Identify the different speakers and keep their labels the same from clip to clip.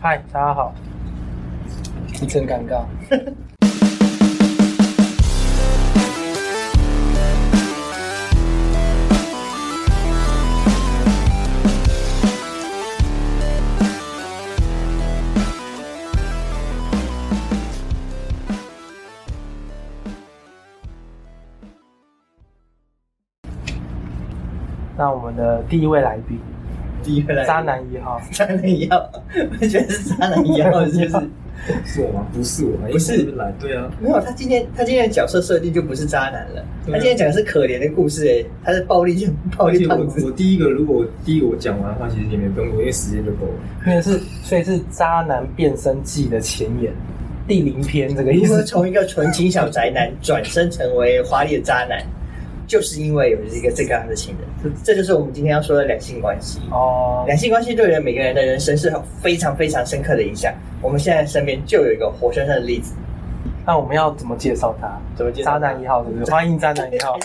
Speaker 1: 嗨，大家好，
Speaker 2: 一阵尴尬。
Speaker 1: 那我们的第一位来宾，
Speaker 2: 第一个来
Speaker 1: 渣，男一号，
Speaker 2: 渣男一样， 我觉得是渣男一样，是不是？
Speaker 3: 是吗？不是我们
Speaker 2: 不是
Speaker 3: 一直来，对啊，
Speaker 2: 没有，他今天他今天的角色设定就不是渣男了，他
Speaker 3: 对啊
Speaker 2: 今天讲的是可怜的故事、哎，他是暴力 暴
Speaker 3: 而
Speaker 2: 力
Speaker 3: 且我
Speaker 2: 胖子
Speaker 3: 我，第一个如果第一个我讲完的话，其实也没不用，因为时间就够了。
Speaker 1: 因为是所以是渣男变身记的前言，第零篇这个意
Speaker 2: 如何
Speaker 1: 思。
Speaker 2: 从一个纯情小宅男转身成为华丽的渣男，就是因为有一个这个样的情人，这就是我们今天要说的两性关系。
Speaker 1: 哦，
Speaker 2: 两性关系对人每个人的人生是有非常非常深刻的影响。我们现在身边就有一个活生生的例子，
Speaker 1: 那我们要怎么介绍他？
Speaker 2: 怎么介
Speaker 1: 渣
Speaker 2: 绍
Speaker 1: 男一号，对不对？欢迎渣男一 号，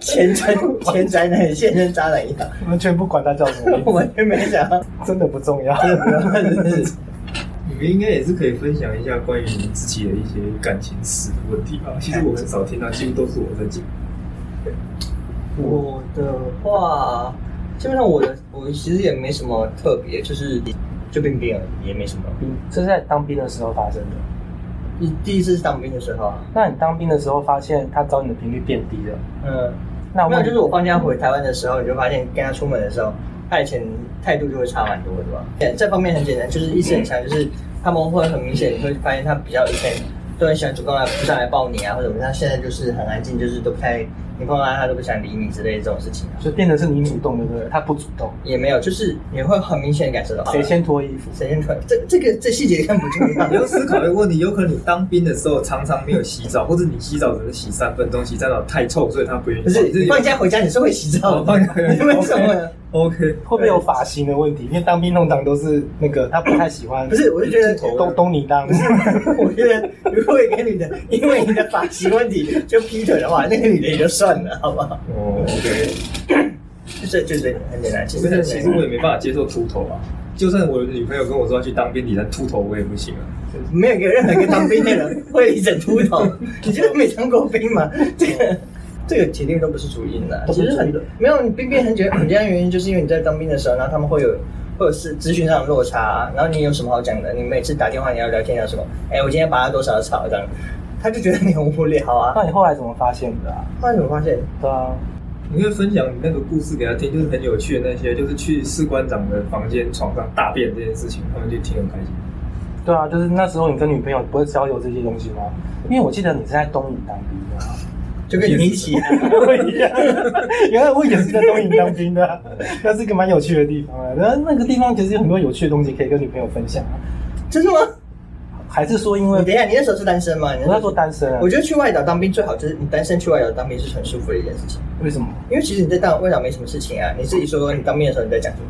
Speaker 2: 前宅前宅男现任渣男一样，
Speaker 1: 完全不管他叫什么名
Speaker 2: 我完全没想到，
Speaker 1: 字， 真的不重要。
Speaker 2: 真的不要真是
Speaker 3: 你们应该也是可以分享一下关于你自己的一些感情史的问题 吧？其实我很少听到，几乎都是我在讲。
Speaker 2: 我的话，基本上我的我其实也没什么特别，就是就病病而已，也没什么。
Speaker 1: 嗯这是在当兵的时候发生的。
Speaker 2: 你第一次当兵的时候啊，
Speaker 1: 那你当兵的时候发现他找你的频率变低了，
Speaker 2: 嗯，
Speaker 1: 那我
Speaker 2: 没有，
Speaker 1: 问
Speaker 2: 就是我放假回台湾的时候，你就发现跟他出门的时候，他以前态度就会差蛮多的吧？对，这方面很简单，就是意识很强，就是他们会很明显你会发现他比较以前都很喜欢主动来扑上来抱你啊，或者什么，他现在就是很安静，就是都不太你碰到他，他都不想理你之类的这种事情啊，
Speaker 1: 就变得是你主动，对不对？他不主动，
Speaker 2: 也没有，就是你会很明显地感受到啊
Speaker 1: 谁先脱衣服？
Speaker 2: 谁先出来，这这个这细节看不重 要
Speaker 3: 你。要思考一个问题，有可能你当兵的时候常常没有洗澡，或者你洗澡只是洗三分钟，洗三澡太臭，所以他不愿意哦
Speaker 2: 不
Speaker 3: 洗。
Speaker 2: 是你放假回家你是会洗澡
Speaker 3: 哦
Speaker 2: 的
Speaker 3: 放，假
Speaker 2: 你为什么？
Speaker 3: OK，
Speaker 1: 会不会有发型的问题？因为当兵通常都是那个他不太喜欢，
Speaker 2: 不是，我就觉得
Speaker 1: 东东尼当。
Speaker 2: 我觉得，如果一个女的因为你的发型问题就劈腿的话，那个女的也就算了，好不好？
Speaker 3: 哦，OK。
Speaker 2: 就这就这很简单，其
Speaker 3: 不
Speaker 2: 实
Speaker 3: 是，其实我也没办法接受秃头啊。就算我女朋友跟我说要去当兵，你才秃头我也不行啊。
Speaker 2: 没有一个任何一个当兵的人会一整秃头，你觉得没当过兵吗？这个。这个铁定都不是主因的，
Speaker 1: 都
Speaker 2: 其
Speaker 1: 不是
Speaker 2: 实很
Speaker 1: 主
Speaker 2: 多没有你兵变很简很简单的原因，就是因为你在当兵的时候，然后他们会有会有是资讯上的落差、然后你有什么好讲的？你每次打电话你要聊天要什么？哎，我今天拔了多少草这样，他就觉得你很无聊啊。
Speaker 1: 那你后来怎么发现的啊？
Speaker 2: 后来怎么发现？
Speaker 1: 对啊，
Speaker 3: 你会分享你那个故事给他听，就是很有趣的那些，就是去士官长的房间床上大便这件事情，他们就听很开心。
Speaker 1: 对啊，就是那时候你跟女朋友不会交流这些东西吗？因为我记得你是在东营当兵的、啊，
Speaker 2: 就跟你一起、啊。
Speaker 1: 不一样。原来我也是在东营当兵的啊、 那是一个蛮有趣的地方啊。然后那个地方其实有很多有趣的东西可以跟女朋友分享啊。
Speaker 2: 真的吗？
Speaker 1: 还是说因
Speaker 2: 你
Speaker 1: 为
Speaker 2: 等一下，你那时候是单身吗？你
Speaker 1: 我那时候，单身啊
Speaker 2: 我？觉得去外岛当兵最好就是你单身去外岛当兵是很舒服的一件事情，
Speaker 1: 为什么
Speaker 2: 因为其实你在当外岛没什么事情啊。你自己说说你当兵的时候你在讲什么？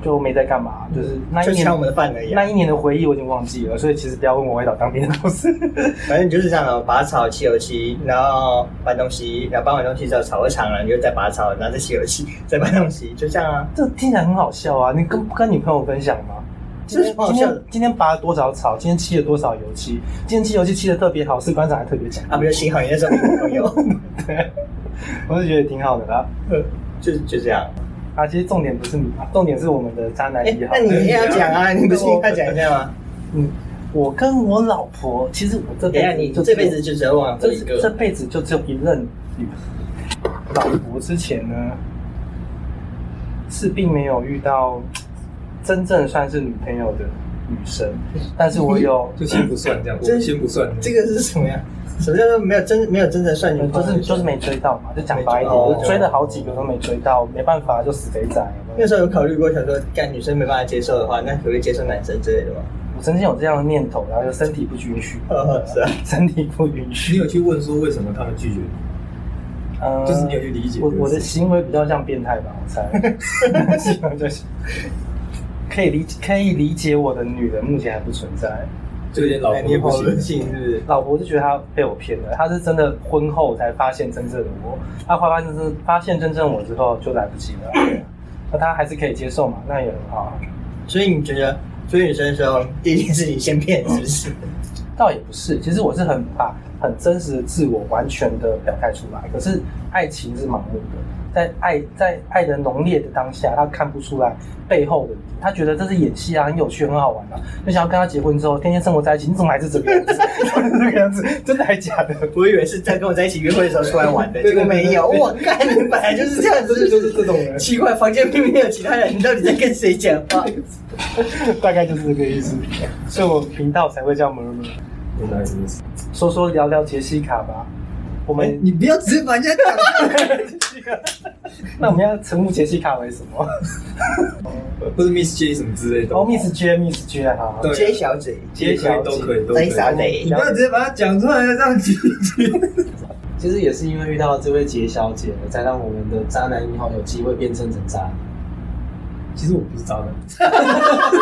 Speaker 1: 就没在干嘛？啊就是那一
Speaker 2: 嗯就
Speaker 1: 年
Speaker 2: 抢我们的饭而已、
Speaker 1: 那
Speaker 2: 啊。
Speaker 1: 一年的回忆我已经忘记了，所以其实不要问我外岛当兵的故事。
Speaker 2: 反正你就是这样啊，拔草、漆油漆，然后搬东西，然后搬完东西之后草会长了，你就再拔草，然后再漆油漆，再搬东西，就这样啊。
Speaker 1: 这听起来很好笑啊！你跟不跟女朋友分享吗？今
Speaker 2: 这是
Speaker 1: 天
Speaker 2: 蛮好
Speaker 1: 今
Speaker 2: 笑的
Speaker 1: 天今天拔了多少草？今天漆了多少油漆？今天漆油漆漆的特别好，士官长还特别讲，
Speaker 2: 啊，不就幸好你那时候没有朋友，
Speaker 1: 我是觉得挺好的啦。
Speaker 2: 就就这样。
Speaker 1: 啊，其实重点不是你啊，重点是我们的渣男
Speaker 2: 哎
Speaker 1: 一，号
Speaker 2: 那。你也要讲啊，你不是应该讲一下 吗？
Speaker 1: 嗯，我跟我老婆，其实我这
Speaker 2: 等一下，
Speaker 1: 辈
Speaker 2: 你
Speaker 1: 子就
Speaker 2: 这辈子就只有往这
Speaker 1: 这
Speaker 2: 一
Speaker 1: 这
Speaker 2: 个。
Speaker 1: 辈子就只有一任女老婆。之前呢，是并没有遇到真正算是女朋友的女生，但是我有
Speaker 3: 就先不算这样，我们先不算。
Speaker 2: 这个是什么呀？什么叫做没有真没有真正算女
Speaker 1: 嗯
Speaker 2: 朋
Speaker 1: 就
Speaker 2: 友？
Speaker 1: 是就是没追到嘛，就讲白一点，
Speaker 3: 哦
Speaker 2: 没追到
Speaker 1: 我追了好几个都没追到，没办法就死肥仔。有没
Speaker 2: 那
Speaker 1: 有
Speaker 2: 时候有考虑过，想说干女生没办法接受的话，那可不可以接受男生之类的吗？
Speaker 1: 我曾经有这样的念头，然后就身体不允许，
Speaker 2: 呃，是啊，
Speaker 1: 身体不允
Speaker 3: 你
Speaker 1: 许。
Speaker 3: 有去问说为什么他们拒绝你？
Speaker 1: 呃
Speaker 3: 就是你有去理解
Speaker 1: 我
Speaker 3: 这个
Speaker 1: 我的
Speaker 3: 事
Speaker 1: 行为比较像变态吧，我猜。 喜 欢就是可以理解可以理解我的女人目前还不存在，
Speaker 3: 就连老
Speaker 2: 哎你
Speaker 3: 婆
Speaker 2: 好
Speaker 3: 不
Speaker 2: 任
Speaker 3: 行。
Speaker 2: 性是不是？
Speaker 1: 老婆就觉得她被我骗了，她是真的婚后才发现真正的我，她发发现真 发现真正我之后就来不及了，那她还是可以接受嘛，那也很好啊。
Speaker 2: 所以你觉得追女生的时候，第一件事情先骗是不 是？
Speaker 1: 倒也不是，其实我是很把很真实的自我完全的表态出来。可是爱情是盲目的，在爱在爱的浓烈的当下，他看不出来背后的，他觉得这是演戏啊，很有趣，很好玩啊，就想要跟他结婚之后，天天生活在一起，你怎么还是这个样子？就是这个样子， 真的还假的？
Speaker 2: 我以为是在跟我在一起约会的时候出来玩的，
Speaker 3: 对
Speaker 2: 结
Speaker 3: 对
Speaker 2: 果
Speaker 3: 对
Speaker 2: 没有。
Speaker 3: 对对
Speaker 2: 我干，你本来 就是这样子，
Speaker 3: 就是这种人
Speaker 2: 奇怪，房间明明有其他人，你到底在跟谁讲话？
Speaker 1: 大概就是这个意思。所以我频道才会叫 m u r m u
Speaker 3: 原来如此。
Speaker 1: 说说聊聊杰西卡吧。我们、
Speaker 2: 哎
Speaker 3: 哎
Speaker 2: 你不要只是把人家讲
Speaker 1: 那我们要称呼杰西卡为什么？
Speaker 3: 或是 Miss J 什么之类的。
Speaker 1: 哦，Miss J，Miss J 啊，
Speaker 3: 对
Speaker 2: J 小姐，
Speaker 3: J 可以都可以，都可以。
Speaker 2: J 小姐
Speaker 3: 你不要直接把它讲出来，让几句。
Speaker 4: 其实也是因为遇到这位杰小姐，才让我们的渣男一号有机会变身成渣男。
Speaker 3: 其实我不是渣男，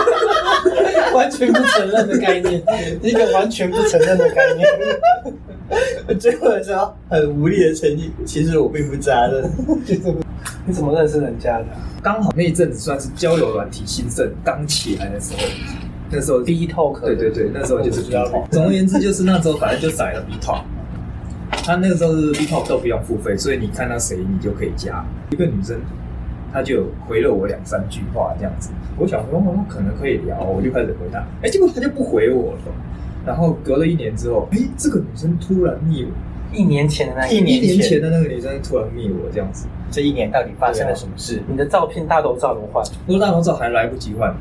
Speaker 4: 完全不承认的概念，
Speaker 1: 一个完全不承认的概念。
Speaker 2: 最后的时候很无力的承认，其实我并不渣的。
Speaker 1: 你怎么认识人家的？
Speaker 3: 刚好那一阵子算是交友软体兴盛刚起来的时候，那时候
Speaker 1: 第一 talk，
Speaker 3: 对对对，那时候就是 B talk。总而哦言之，就是那时候反正就载了 B talk。他那个时候是 B talk 都不用付费，所以你看到谁你就可以加。一个女生，她就回了我两三句话这样子。我想说，哦，可能可以聊，我就开始回答。哎，结果她就不回我了。然后隔了一年之后，哎，这个女生突然密我，
Speaker 1: 一年前的那
Speaker 2: 一
Speaker 1: 一
Speaker 2: 年
Speaker 1: 年，
Speaker 3: 一年前的那个女生突然密我这样子。
Speaker 2: 这一年到底发生了什么事？
Speaker 1: 你的照片大头照有换，
Speaker 3: 我大头照还来不及换，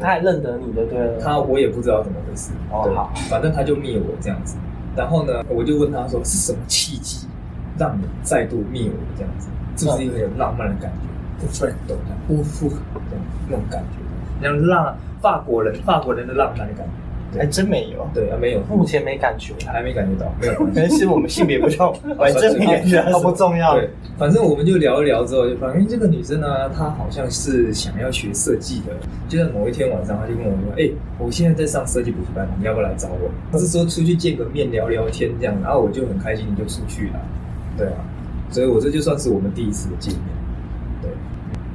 Speaker 1: 他还认得你的，对了。
Speaker 3: 他我也不知道怎么回事，
Speaker 1: 哦
Speaker 3: 对
Speaker 1: 好，
Speaker 3: 反正他就密我这样子。然后呢，我就问他说是什么契机让你再度密我这样子？是不是一个很浪漫的感觉？不然懂的，不不这样那种感觉，哦那种浪法国人法国人的浪漫的感觉。
Speaker 2: 还哎真没有，
Speaker 3: 对啊，没有，
Speaker 1: 目前没感觉，
Speaker 3: 还没感觉到，没有关
Speaker 2: 可
Speaker 3: 系。
Speaker 2: 能是我们性别不 同，还真没感觉到
Speaker 1: 它
Speaker 2: 什
Speaker 1: 不
Speaker 2: 么。
Speaker 1: 重要。
Speaker 3: 对，反正我们就聊一聊之后，就发现哎这个女生呢，她好像是想要学设计的。就在某一天晚上，她就跟我说：“哎、我现在在上设计补习班，你要不要来找我？”她是说出去见个面聊聊天这样，然后我就很开心，就出去了。对啊，所以我这就算是我们第一次的见面。对，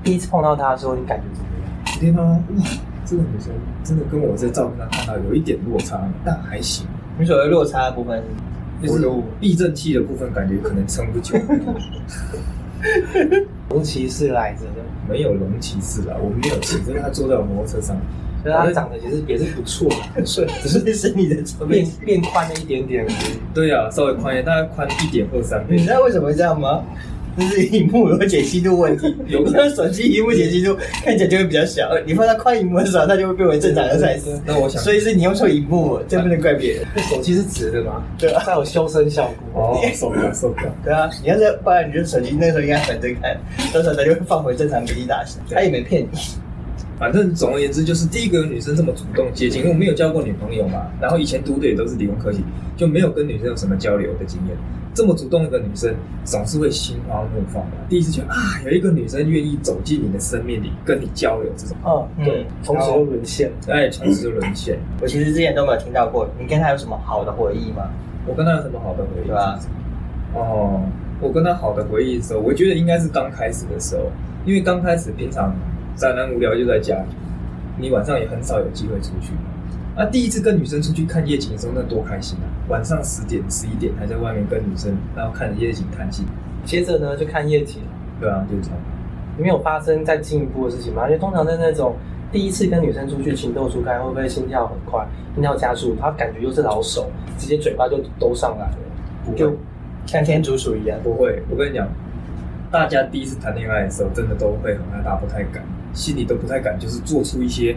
Speaker 1: 第一次碰到他的时候，你感觉怎么样？
Speaker 3: 我天啊，哇，这个女生真的跟我在照片上看到有一点落差，但还行。
Speaker 2: 你所谓落差的部分，
Speaker 3: 就是避震器的部分，感觉可能撑不久。
Speaker 1: 尤其是来着的，
Speaker 3: 没有龙骑士啊，我们没有骑，只是他坐在我摩托车上。
Speaker 4: 所以他长得也是也是不错，
Speaker 2: 是只是生理的层 面
Speaker 4: 变。变宽了一点点而已。
Speaker 3: 对啊，稍微宽一点，大概宽一点二三倍
Speaker 2: 你。知道为什么这样吗？这是荧幕有解析度问 题，
Speaker 3: 有可
Speaker 2: 那手机荧幕解析度看起来就会比较小，你放到宽荧幕的时候，它就会变为正常的 size。
Speaker 3: 那我想，
Speaker 2: 所以是你用错荧幕，这不能怪别 人。
Speaker 4: 手机是直的嘛？
Speaker 2: 对啊，
Speaker 1: 它有修身效果。
Speaker 3: 哦，受不了，受不了。
Speaker 2: 对啊，你要是不然你就手机那时候应该反着看，到时候它就会放回正常比例大小。他也没骗你，
Speaker 3: 反正总而言之，就是第一个女生这么主动接近，因为我没有交过女朋友嘛，然后以前读的也都是理工科系，就没有跟女生有什么交流的经验。这么主动一个女生，总是会心花怒放的。第一次觉得啊，有一个女生愿意走进你的生命里，跟你交流这种，
Speaker 1: 嗯，
Speaker 2: 对
Speaker 1: 从此就沦陷。
Speaker 3: 哎，从此就沦陷。
Speaker 2: 我其实之前都没有听到过。你跟他有什么好的回忆吗？
Speaker 3: 我跟她有什么好的回忆？
Speaker 2: 对吧？
Speaker 3: 哦，我跟他好的回忆的时候，我觉得应该是刚开始的时候，因为刚开始平常宅男无聊就在家里，你晚上也很少有机会出去。啊，第一次跟女生出去看夜景的时候，那多开心啊！晚上十点、十一点还在外面跟女生，然后看着夜景看戏，
Speaker 1: 接着呢，就看业绩了。
Speaker 3: 对啊，就这样。
Speaker 1: 你没有发生再进一步的事情吗？因为通常在那种第一次跟女生出去情窦初开，会不会心跳很快，心跳加速？她感觉又是老手，直接嘴巴就都上来了。
Speaker 3: 不
Speaker 1: 就
Speaker 3: 会，
Speaker 2: 像天竺鼠一样，
Speaker 3: 不会。我跟你讲，大家第一次谈恋爱的时候，真的都会很害怕，不太敢，心里都不太敢，就是做出一些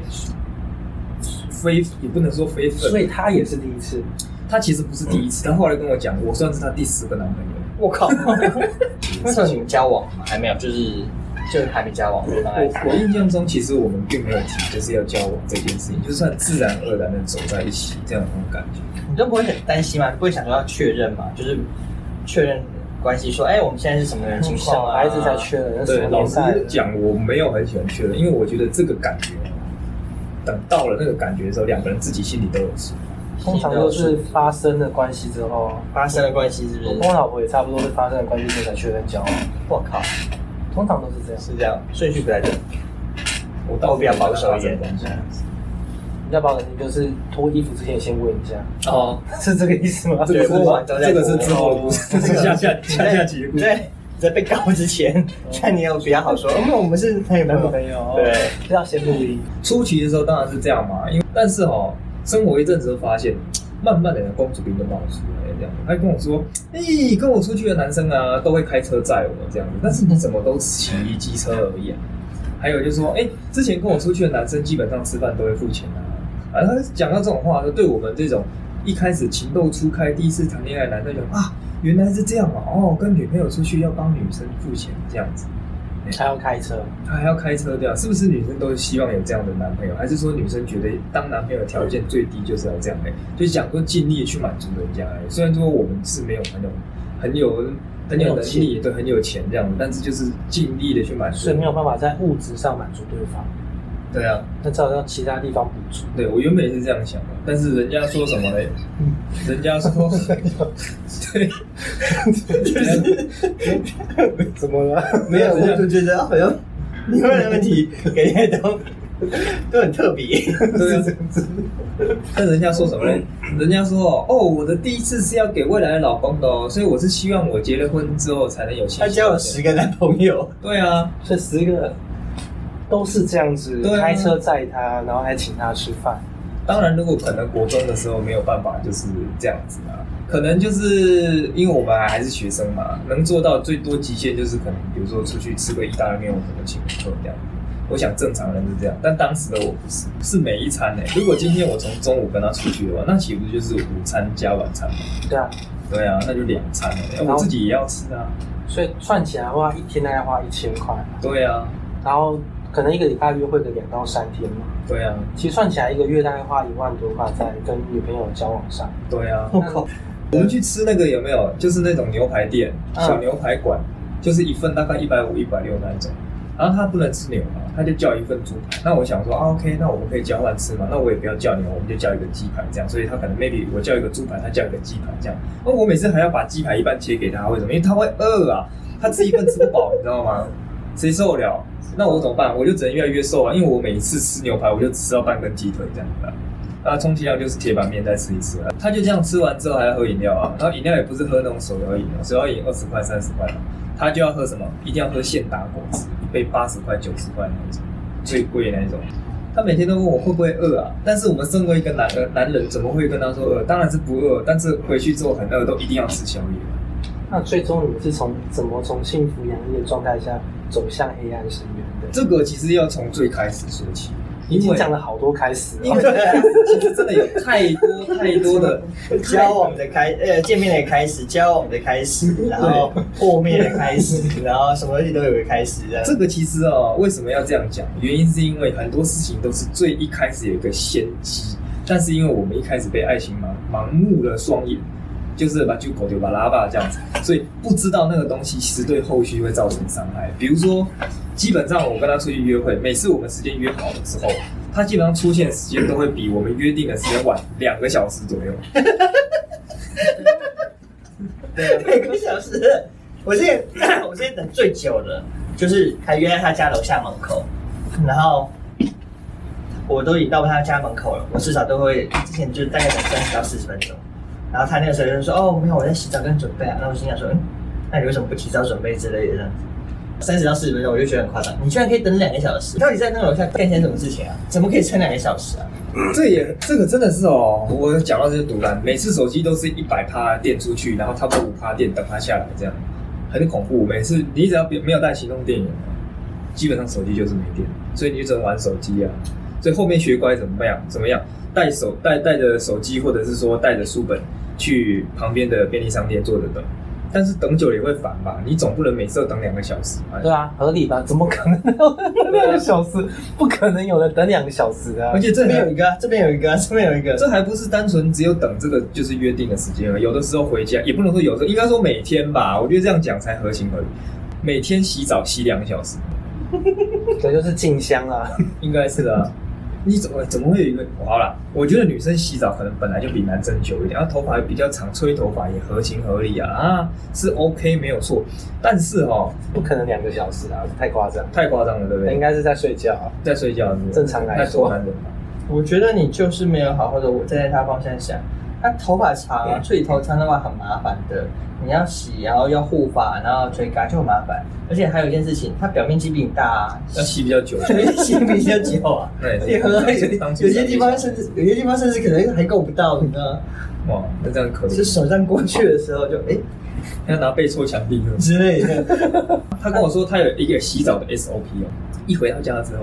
Speaker 3: 非也不能说非分，
Speaker 1: 所以她也是第一次。
Speaker 3: 他其实不是第一次，他后来跟我讲，我算是他第十个男朋友。
Speaker 2: 我 靠！那时候你们交往吗？还没有，就是就是还没交往，就刚开始。
Speaker 3: 我我印象中，其实我们并没有提就是要交往这件事情，就算自然而然的走在一起这样的那种感觉。
Speaker 2: 你都不会很担心吗？不会想说要确认嘛？就是确认关系，说，哎、我们现在是什么人情况
Speaker 1: 小
Speaker 2: 啊？
Speaker 1: 孩子才缺人，那什
Speaker 3: 对，
Speaker 1: 么
Speaker 3: 老
Speaker 1: 年
Speaker 3: 实
Speaker 1: 代了？
Speaker 3: 讲，我没有很喜欢确认，因为我觉得这个感觉，等到了那个感觉的时候，两个人自己心里都有数。
Speaker 1: 通常都是发生了关系之后，
Speaker 2: 发生了关系，是不
Speaker 1: 我
Speaker 2: 是
Speaker 1: 跟？我老婆也差不多是发生了关系
Speaker 2: 哦
Speaker 1: 之后才确认交往，
Speaker 2: 我靠，
Speaker 1: 通常都是这样。
Speaker 2: 是这样，顺序不太对。
Speaker 3: 我我倒
Speaker 2: 我比较保守一点
Speaker 1: 你要保守，你就是脱衣服之前先问一下，
Speaker 3: 哦，
Speaker 1: 是这个意思吗？
Speaker 3: 啊这个是
Speaker 2: 对我晚上再
Speaker 3: 这个是之后的 故事，这是下下下下集的故
Speaker 2: 你
Speaker 3: 事。
Speaker 2: 在你在被告之前，看你有比较好说，因为我们是男女朋友。
Speaker 1: 友哦
Speaker 2: 对，
Speaker 1: 要先录音。
Speaker 3: 初期的时候当然是这样嘛，因为但是哦，生活一阵子就发现，慢慢的公主病就冒出来了这样。他跟我说，咦、跟我出去的男生啊，都会开车载我这样子，但是你怎么都骑机车而已啊？还有就是说，哎、之前跟我出去的男生基本上吃饭都会付钱啊。啊，他讲到这种话，就对我们这种一开始情窦初开、第一次谈恋爱的男生讲啊，原来是这样啊，哦，跟女朋友出去要帮女生付钱这样子。
Speaker 1: 还要开车，
Speaker 3: 他还要开车对啊？是不是女生都希望有这样的男朋友？还是说女生觉得当男朋友条件最低就是要这样的、就想说尽力去满足人家、而已。虽然说我们是没有很有很有很有能力，对，很有钱这样的，但是就是尽力的去满足
Speaker 1: 所以。没有办法在物质上满足对方，
Speaker 3: 对啊，
Speaker 1: 那只好让其他地方补足。
Speaker 3: 对我原本也是这样想的，但是人家说什么嘞？
Speaker 1: 嗯
Speaker 3: 人 家说，对，
Speaker 1: 怎么 了？
Speaker 2: 没有，我就觉得哎好像你问的问题感觉都都很特 别。
Speaker 3: 对啊， 但人家说什么呢？人家说哦，我的第一次是要给未来的老公的哦，所以我是希望我结了婚之后才能有
Speaker 2: 他
Speaker 3: 钱。
Speaker 2: 交了十个男朋友，
Speaker 3: 对啊，
Speaker 1: 这十个都是这样子，
Speaker 3: 对啊
Speaker 1: 开车载他，然后还请他吃饭。
Speaker 3: 当然如果可能国中的时候没有办法就是这样子啊，可能就是因为我们还是学生嘛，能做到最多极限就是可能比如说出去吃个意大利面，我可能请客这样。我想正常人是这样，但当时的我不是，是每一餐呢、如果今天我从中午跟他出去的话，那岂不就是午餐加晚餐吗？
Speaker 1: 对啊，
Speaker 3: 对啊，那就两餐了、哎我自己也要吃啊。
Speaker 1: 所以算起来的话，一天大概花一千块，
Speaker 3: 对啊，
Speaker 1: 然后可能一个礼拜约会个两到三天嘛。
Speaker 3: 对啊，
Speaker 1: 其实算起来一个月大概花一万多块在跟女朋友交往上。
Speaker 3: 对啊。
Speaker 2: 我靠！
Speaker 3: 我们去吃那个有没有？就是那种牛排店，
Speaker 1: 嗯
Speaker 3: 小牛排馆，就是一份大概一百五、一百六那一种。然后他不能吃牛嘛，他就叫一份猪排。那我想说啊，OK，那我们可以交换吃嘛。那我也不要叫牛，我们就叫一个鸡排这样。所以他可能 maybe 我叫一个猪排，他叫一个鸡排这样。那我每次还要把鸡排一半切给他，为什么？因为他会饿啊，他吃一份吃不饱，你知道吗？ 谁受得了？那我怎么办？我就只能越来越瘦啊，因为我每一次吃牛排，我就只吃到半根鸡腿这样子、啊。那充其量就是铁板面再吃一次啊。他就这样吃完之后还要喝饮料啊，然后饮料也不是喝那种手摇饮料，啊手摇饮二十块三十块嘛，啊他就要喝什么？一定要喝现打果汁，一杯八十块九十块那一种，最贵那一种。他每天都问我会不会饿啊，但是我们身为一个男人，男人怎么会跟他说饿？当然是不饿，但是回去之后很饿，都一定要吃宵夜。啊
Speaker 1: 那最终你们是从怎么从幸福洋溢的状态下走向黑暗深渊的？
Speaker 3: 这个其实要从最开始说起，
Speaker 1: 已
Speaker 3: 因
Speaker 1: 经
Speaker 3: 为
Speaker 1: 讲了好多开始
Speaker 3: 因为
Speaker 1: 了，
Speaker 3: 其实真的有太多太 多的
Speaker 2: 交往的开，呃，见面的开始，交往的开始，然后破灭的开始，然后什么东西都有个开始。这样
Speaker 3: 这个其实哦，为什么要这样讲？原因是因为很多事情都是最一开始有一个先机，但是因为我们一开始被爱情盲盲目了双眼，就是把就狗丢把拉吧这样子，所以不知道那个东西其实对后续会造成伤害。比如说，基本上我跟他出去约会，每次我们时间约好了之后，他基本上出现的时间都会比我们约定的时间晚两个小时左右。
Speaker 2: 每个小时，我之前我之前等最久的，就是还约在他家楼下门口，然后我都已经到他家门口了，我至少都会之前就大概等三十到四十分钟，然后他那个时候就说哦没有我在洗澡跟准备啊，那我心想说嗯，那你为什么不提早准备之类的这样子？三十到四十分钟，我就觉得很夸张。你居然可以等两个小时，到底在那楼下干些什么事情啊？怎么可以撑两个小时啊？
Speaker 3: 这也这个真的是哦，我讲到这些独蓝，每次手机都是一百趴电出去，然后差不多五趴电等它下来，这样很恐怖。每次你只要没有带行动电源，啊基本上手机就是没电，所以你就只能玩手机啊。所以后面学乖怎么样？怎么样？带手带带着手机，或者是说带着书本去旁边的便利商店坐着等，但是等久了也会烦吧？你总不能每次都等两个小时吧？
Speaker 1: 对啊，合理吧？怎么可能两个小时？不可能有人等两个小时的啊
Speaker 3: 而！且这
Speaker 2: 这边
Speaker 3: 还
Speaker 2: 有一个啊，这边有一个啊，这边有一个。
Speaker 3: 这还不是单纯只有等这个就是约定的时间了，有的时候回家也不能说有时候，应该说每天吧，我觉得这样讲才合情合理。每天洗澡洗两个小时，
Speaker 1: 对，就是静香啊，
Speaker 3: 应该是啊。你怎么怎么会有一个？好啦，我觉得女生洗澡可能本来就比男生久一点，然后啊头发也比较长，吹头发也合情合理啊，啊是 OK 没有错。但是哦，
Speaker 1: 不可能两个小时啊，太夸张了。
Speaker 3: 太夸张了，对不
Speaker 1: 应
Speaker 3: 对？
Speaker 1: 该是在睡觉啊，
Speaker 3: 在睡觉是不是
Speaker 1: 正常来
Speaker 3: 那
Speaker 1: 说
Speaker 3: 多男人嘛
Speaker 2: 我觉得你就是没有好好的我站在他方向想，他头发长啊，处理头长的话很麻烦的，你要洗，然后要护发，然后吹干就很麻烦。而且还有一件事情，他表面积比你大啊，
Speaker 3: 要洗比较久，
Speaker 2: 表面积比较久啊，
Speaker 3: 那也是
Speaker 2: 也很
Speaker 3: 当初
Speaker 2: 有有些地方甚至有些地方甚至可能还够不到，你知道吗？
Speaker 3: 哇，那这样可
Speaker 2: 就
Speaker 3: 以，
Speaker 2: 手上过去的时候就哎、
Speaker 3: 要拿背戳墙壁是不是
Speaker 2: 之类的，
Speaker 3: 他跟我说他有一个洗澡的 SOP 哦，一回到家之后，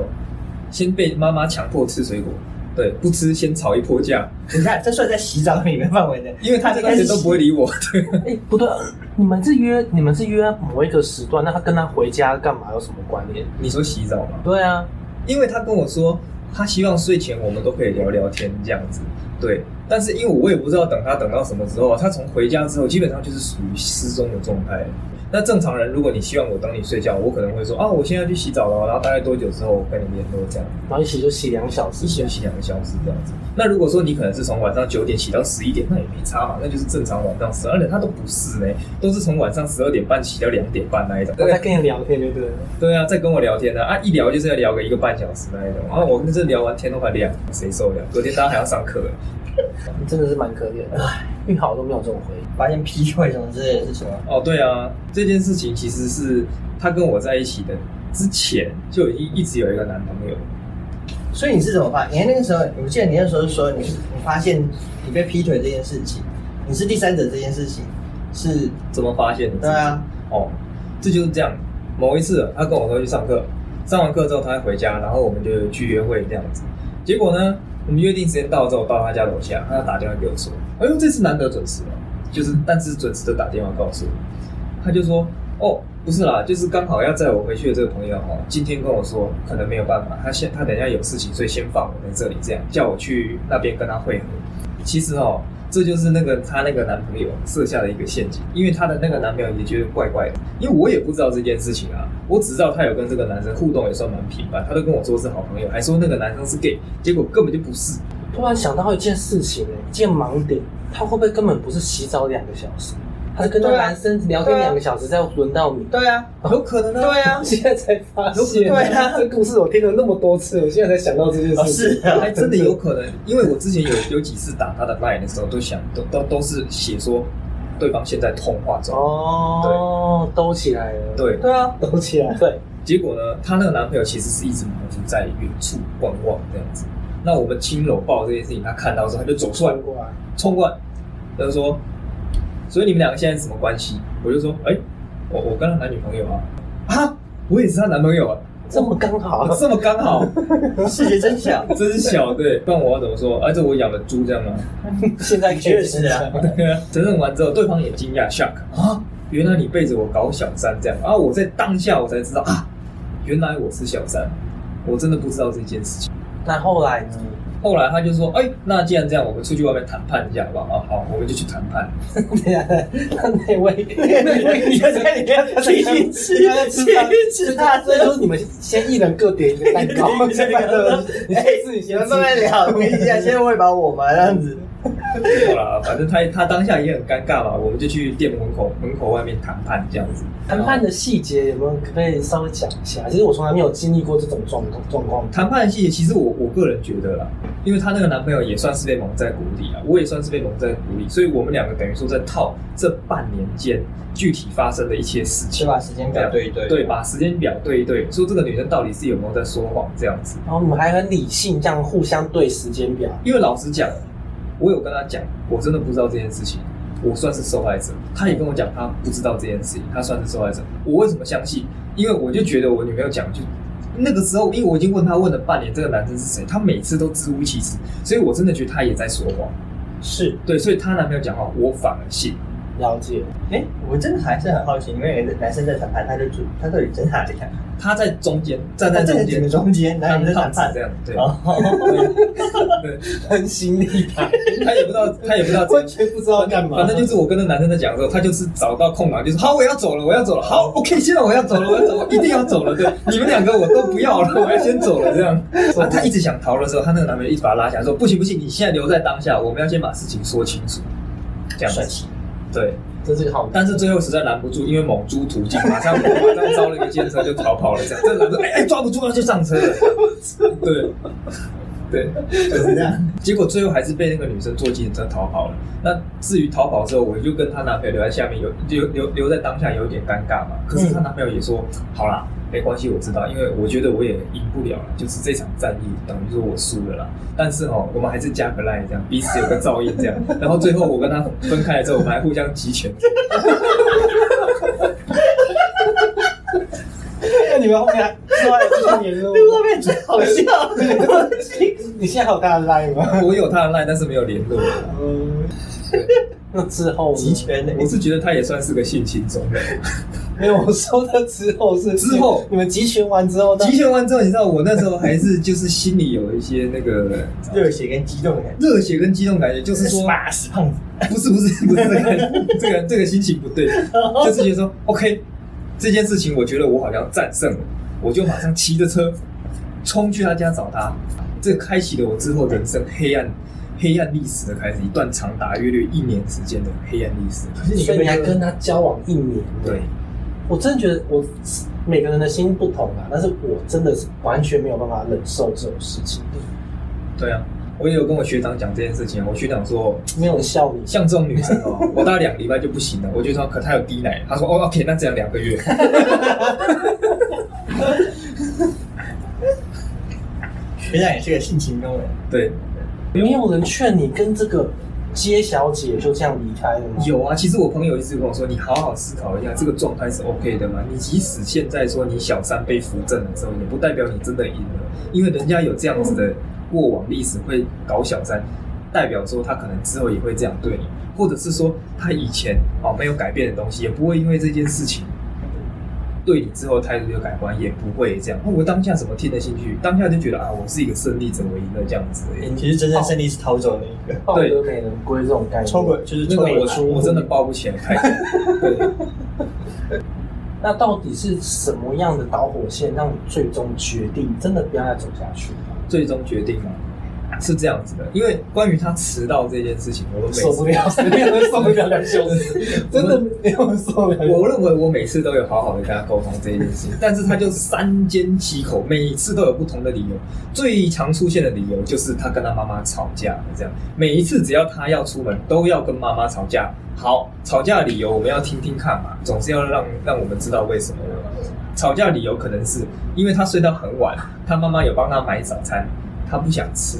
Speaker 3: 先被妈妈强迫吃水果，对，不吃先吵一波架，
Speaker 2: 你看这算在洗澡里面范围内，
Speaker 3: 因为他这
Speaker 2: 应
Speaker 3: 段
Speaker 2: 该
Speaker 3: 时
Speaker 2: 是
Speaker 3: 间都不会理我，对，
Speaker 1: 哎、不对啊，你们是约你们是约某一个时段，那他跟他回家干嘛有什么关联？
Speaker 3: 你说洗澡吗？
Speaker 1: 对啊，
Speaker 3: 因为他跟我说，他希望睡前我们都可以聊聊天这样子，对。但是因为我也不知道等他等到什么时候，他从回家之后基本上就是属于失踪的状态。那正常人，如果你希望我等你睡觉，我可能会说啊，我现在去洗澡了，然后大概多久之后我跟你联络这样子。
Speaker 1: 然后一起就洗两小时
Speaker 3: 一，起洗两个小时这样子。那如果说你可能是从晚上九点洗到十一点，那也没差嘛，那就是正常晚上十二点，他都不是呢、都是从晚上十二点半洗到两点半那一种。
Speaker 1: 我在跟你聊天就对了。
Speaker 3: 对啊，在跟我聊天呢、啊，一聊就是要聊个一个半小时那一种。然后我跟这聊完天都快亮，谁受得了？隔天大家还要上课，
Speaker 1: 你真的是蛮可怜的，幸好我都没有这种回忆。
Speaker 2: 发现 P 会什么之类的是什么？
Speaker 3: 哦，对啊，这件事情其实是他跟我在一起的之前就一一直有一个男朋友。
Speaker 2: 所以你是怎么发？你看那个时候，我记得你那时候是说你你发现你被劈腿这件事情，你是第三者这件事情是，
Speaker 3: 怎么发现的？
Speaker 2: 对啊，
Speaker 3: 哦，这就是这样。某一次，他跟我说去上课，上完课之后他回家，然后我们就去约会这样子。结果呢，我们约定时间到之后，到他家楼下，他打电话给我说：“哎呦，这次难得准时了。”哦就是，但是准时的打电话告诉我，他就说：“哦，不是啦，就是刚好要载我回去的这个朋友哦，今天跟我说可能没有办法，他先他等一下有事情，所以先放我在这里，这样叫我去那边跟他会合。”其实哦，这就是那个她那个男朋友设下的一个陷阱，因为她的那个男朋友也觉得怪怪的，因为我也不知道这件事情啊，我只知道她有跟这个男生互动也算蛮频繁，她都跟我说是好朋友，还说那个男生是 gay，结果根本就不是。
Speaker 1: 突然想到一件事情、欸一件盲点，他会不会根本不是洗澡两个小时，他是跟那个
Speaker 2: 对啊
Speaker 1: 男生聊天两个小时，再轮到你？
Speaker 2: 对啊，
Speaker 3: 有可能啊，
Speaker 2: 对啊
Speaker 1: 我，现在才发现，
Speaker 2: 对啊
Speaker 1: 这故事我听了那么多次，我现在才想到这件
Speaker 2: 哦
Speaker 1: 事情。
Speaker 2: 是啊，
Speaker 3: 哎还真的有可能，因为我之前有有几次打她的 line 的时候，都想都都都是写说对方现在通话中，
Speaker 1: 哦，兜起来了，，
Speaker 3: 对，
Speaker 2: 对啊，
Speaker 1: 兜起来了，对，
Speaker 3: 结果呢，她那个男朋友其实是一直埋伏在远处观望这样子。那我们亲搂抱这件事情，她看到之后，她就走出来
Speaker 1: 转过来，
Speaker 3: 冲过来，他就说：“所以你们两个现在是什么关系？”我就说：“哎、我我跟他男女朋友啊，啊，我也是他男朋友啊，
Speaker 1: 这么刚好，
Speaker 3: 这么刚好，
Speaker 2: 世界真小，
Speaker 3: 真是小对。不然我要怎么说？啊，这我养的猪这样吗？
Speaker 1: 现在可以
Speaker 2: 确实 啊，
Speaker 3: 对啊。承认完之后，对方也惊讶 shock 啊，原来你背着我搞小三这样啊！我在当下我才知道啊，原来我是小三，我真的不知道这件事情。”
Speaker 1: 那后来呢？
Speaker 3: 后来他就说：“哎、那既然这样，我们出去外面谈判一下好不好？啊，好，我们就去谈判。
Speaker 1: 对呀，那位
Speaker 2: 你就在里面自己吃，自己吃大
Speaker 1: 所以
Speaker 2: 声。
Speaker 1: 说你们先一人各点一个蛋糕，
Speaker 2: 先
Speaker 1: 先
Speaker 2: 一人各
Speaker 1: 你先哎自己
Speaker 2: 你
Speaker 1: 先
Speaker 2: 们慢慢聊，我跟你讲，先喂饱我嘛，这样子。
Speaker 3: 没有啦，反正他他当下也很尴尬嘛，我们就去店门口门口外面谈判这样子。
Speaker 1: 谈判的细节有没有可不可以稍微讲一下？其实我从来没有经历过这种状状况。
Speaker 3: 谈判的细节，其实我我个人觉得啦，因为她那个男朋友也算是被蒙在鼓里啊，我也算是被蒙在鼓里，所以我们两个等于说在套这半年间具体发生的一些事
Speaker 2: 先
Speaker 3: 情，
Speaker 2: 把时间表对一对，
Speaker 3: 对，把时间表对一对，说这个女生到底是有没有在说谎这样子。
Speaker 1: 然后你们还很理性，这样互相对时间表。
Speaker 3: 因为老实讲，我有跟他讲，我真的不知道这件事情，我算是受害者。他也跟我讲，他不知道这件事情，他算是受害者。我为什么相信？因为我就觉得我女朋友讲就。那个时候，因为我已经问他问了半年，这个男生是谁，他每次都支吾其词，所以我真的觉得他也在说谎。
Speaker 1: 是，
Speaker 3: 对，所以她男朋友讲话，我反而信。
Speaker 1: 了解。
Speaker 2: 哎，我真的还是很好奇，因为有一个男生在谈判，他就主他到底在哪里看？
Speaker 3: 他在中间，站在
Speaker 2: 他
Speaker 3: 中
Speaker 2: 整个
Speaker 3: 间，
Speaker 2: 中间，然后
Speaker 3: 当
Speaker 2: 你在
Speaker 3: 胖
Speaker 2: 谈
Speaker 3: 子
Speaker 2: 判
Speaker 3: 这。样，对，
Speaker 2: 哦，
Speaker 3: 对
Speaker 1: 很心力吧，
Speaker 3: 他也不知道，他也不知道这样
Speaker 1: 完。全不知道干嘛。
Speaker 3: 反正就是我跟那男生在讲的时候，他就是找到空档，就是好，我要走了，我要走了，好，OK，现在我要走了，我要走了，我一定要走了，对，你们两个我都不要了，我要先走了，这样。啊，他一直想逃的时候，他那个男朋友一直把他拉起来，说不行不行，你现在留在当下，我们要先把事情说清楚，这样
Speaker 2: 帅
Speaker 3: 子。对，
Speaker 1: 这是个好，
Speaker 3: 但是最后实在拦不住，因为某猪途径，马上马上招了一个建车就逃跑了，这样。这男的哎哎抓不住，他就上 车了。对，对，
Speaker 2: 就是这样。
Speaker 3: 结果最后还是被那个女生坐计程车逃跑了。那至于逃跑之后，我就跟她男朋友留在下面，有留留留在当下有点尴尬嘛。可是她男朋友也说，好啦，没关系，我知道，因为我觉得我也赢不了了，就是这场战役等于说我输了啦。但是哦，我们还是加个 line 这样，彼此有个照应这样。然后最后我跟她分开了之后，我们还互相集拳。
Speaker 1: 那你们后面之外继续联 络
Speaker 2: 这个画面真好笑。
Speaker 1: 你现在还有大家 line 吗？
Speaker 3: 我有她的 line，但是没有联络。
Speaker 1: 嗯，
Speaker 5: 那之后呢
Speaker 2: 集权的，
Speaker 3: 我是觉得她也算是个性情中人。
Speaker 1: 没有，我说的之后是
Speaker 3: 之后
Speaker 1: 你们集群完之后，
Speaker 3: 集拳完之后，你知道我那时候还是就是心里有一些那个
Speaker 2: 热血跟激动的感觉。
Speaker 3: 热血跟激动感觉，就是说，
Speaker 2: 打死胖子，
Speaker 3: 不是不是不是这个这个这个心情不对，
Speaker 2: 哦
Speaker 3: 就是觉得说，OK，这件事情我觉得我好像战胜了，我就马上骑着车冲去他家找他，这开启了我之后人生黑暗黑暗历史的开始，一段长达约略一年时间的黑暗历史。
Speaker 1: 所以你还跟他交往一年，
Speaker 3: 对，
Speaker 1: 我真的觉得我每个人的心不同啊，但是我真的是完全没有办法忍受这种事情，
Speaker 3: 对啊，我也有跟我学长讲这件事情，啊我学长说，
Speaker 1: 没有人笑你，
Speaker 3: 像这种女生哦，我大概两个礼拜就不行了，我就说可她有滴奶，他说哦 OK，那这样两个月。
Speaker 2: 学长也是个性情中人。
Speaker 3: 对，
Speaker 1: 没有人劝你跟这个街小姐就这样离开了吗？
Speaker 3: 有啊，其实我朋友一直跟我说，你好好思考一下，这个状态是 OK 的吗？你即使现在说你小三被扶正了之后，也不代表你真的赢了，因为人家有这样子的过往历史会搞小三，代表说他可能之后也会这样对你，或者是说他以前哦没有改变的东西，也不会因为这件事情对你之后态度有改观，也不会这样。哦我当下怎么听得进去？当下就觉得啊，我是一个胜利者，我赢了这样子而已。
Speaker 2: 其实真正胜利是逃走的一个，
Speaker 1: 抱得美人归这种概念，
Speaker 2: 抽鬼就是
Speaker 3: 那
Speaker 2: 抽
Speaker 3: 个
Speaker 2: 鬼
Speaker 3: 我说我真的抱不起来太多，对。
Speaker 1: 那到底是什么样的导火线让你最终决定真的不要再走下去？
Speaker 3: 最终决定嘛，是这样子的。因为关于他迟到这件事情，我每次
Speaker 1: 受不了，没有人受不了两小时， 真的没有人受不了。
Speaker 3: 我认为我每次都有好好的跟他沟通这件事情，但是他就三缄其口，每次都有不同的理由。最常出现的理由就是他跟他妈妈吵架了，这样每一次只要他要出门，都要跟妈妈吵架。好，吵架的理由我们要听听看嘛，总是要让让我们知道为什么。吵架理由可能是因为他睡到很晚，他妈妈有帮他买早餐，他不想吃，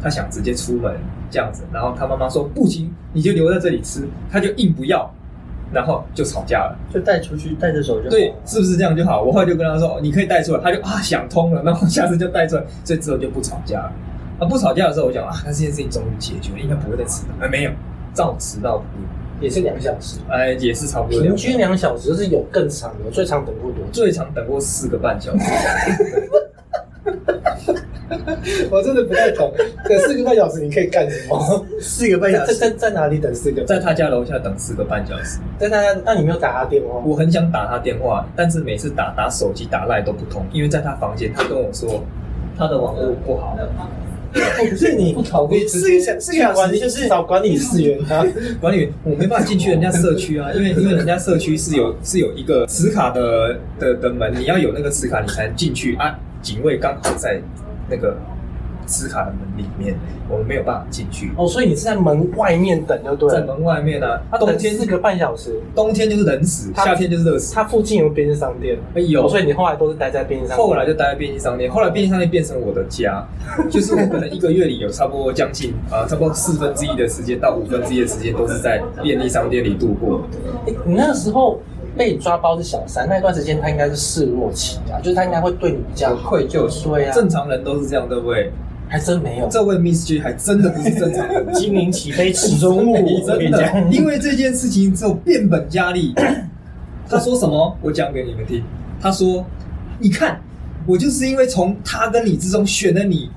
Speaker 3: 他想直接出门这样子。然后他妈妈说不行，你就留在这里吃，他就硬不要，然后就吵架了。
Speaker 2: 就带出去，带着走就好
Speaker 3: 对，是不是这样就好？我后来就跟他说，你可以带出来，他就啊想通了，那我下次就带出来，所以之后就不吵架了。啊，不吵架的时候，我想啊，那这件事情终于解决了，应该不会再迟到。哎，没有，照迟到不误，
Speaker 1: 也是两小时，
Speaker 3: 哎，也是差不多。
Speaker 1: 平均两小时就是有更长的，最长等过多久？
Speaker 3: 最长等过四个半小时，
Speaker 1: 我真的不太懂，等四个半小时你可以干什么？
Speaker 2: 四个半
Speaker 1: 在
Speaker 2: 小时，
Speaker 1: 在在哪里等四个？
Speaker 3: 在他家楼下等四个半小时。
Speaker 1: 在大家，那你没有打他电话？
Speaker 3: 我很想打他电话，但是每次打打手机打赖都不通，因为在他房间，他跟我说他的网络不好。
Speaker 1: 不是你不考虑
Speaker 2: 四个小四个小时就是
Speaker 1: 找管理室 员啊？
Speaker 3: 管理员，我没办法进去人家社区啊，因为因为人家社区是有是有一个磁卡的的的门，你要有那个磁卡你才能进去啊。警卫刚好在那个磁卡的门里面，我们没有办法进去，
Speaker 1: 哦，所以你是在门外面等就对
Speaker 3: 在
Speaker 1: 了。
Speaker 3: 门外面啊。
Speaker 1: 他
Speaker 3: 冬
Speaker 1: 等
Speaker 3: 天
Speaker 1: 四个半小时，
Speaker 3: 冬天就是冷死，
Speaker 1: 他
Speaker 3: 夏天就是热死。
Speaker 1: 他附近有便利商店，
Speaker 3: 哎呦，
Speaker 1: 哦所以你后来都是待在便利商店。
Speaker 3: 后来就待在便利商店，后来便利商店变成我的家，就是我可能一个月里有差不多将近啊、呃差不多四分之一的时间到五分之一的时间都是在便利商店里度过。
Speaker 1: 欸你那时候被抓包是小三，那段时间他应该是示弱期啊，就是他应该会对你比较好
Speaker 2: 愧疚
Speaker 1: 对啊，
Speaker 3: 正常人都是这样，对不对？
Speaker 1: 还真没有。
Speaker 3: 这位 Miss G 还真的不是正常人，
Speaker 2: 精灵起飞池中物，我跟
Speaker 3: 真
Speaker 2: 你
Speaker 3: 的，
Speaker 2: 讲，
Speaker 3: 因为这件事情只有变本加厉。他说什么？我讲给你们听。他说：“你看，我就是因为从他跟你之中选了你，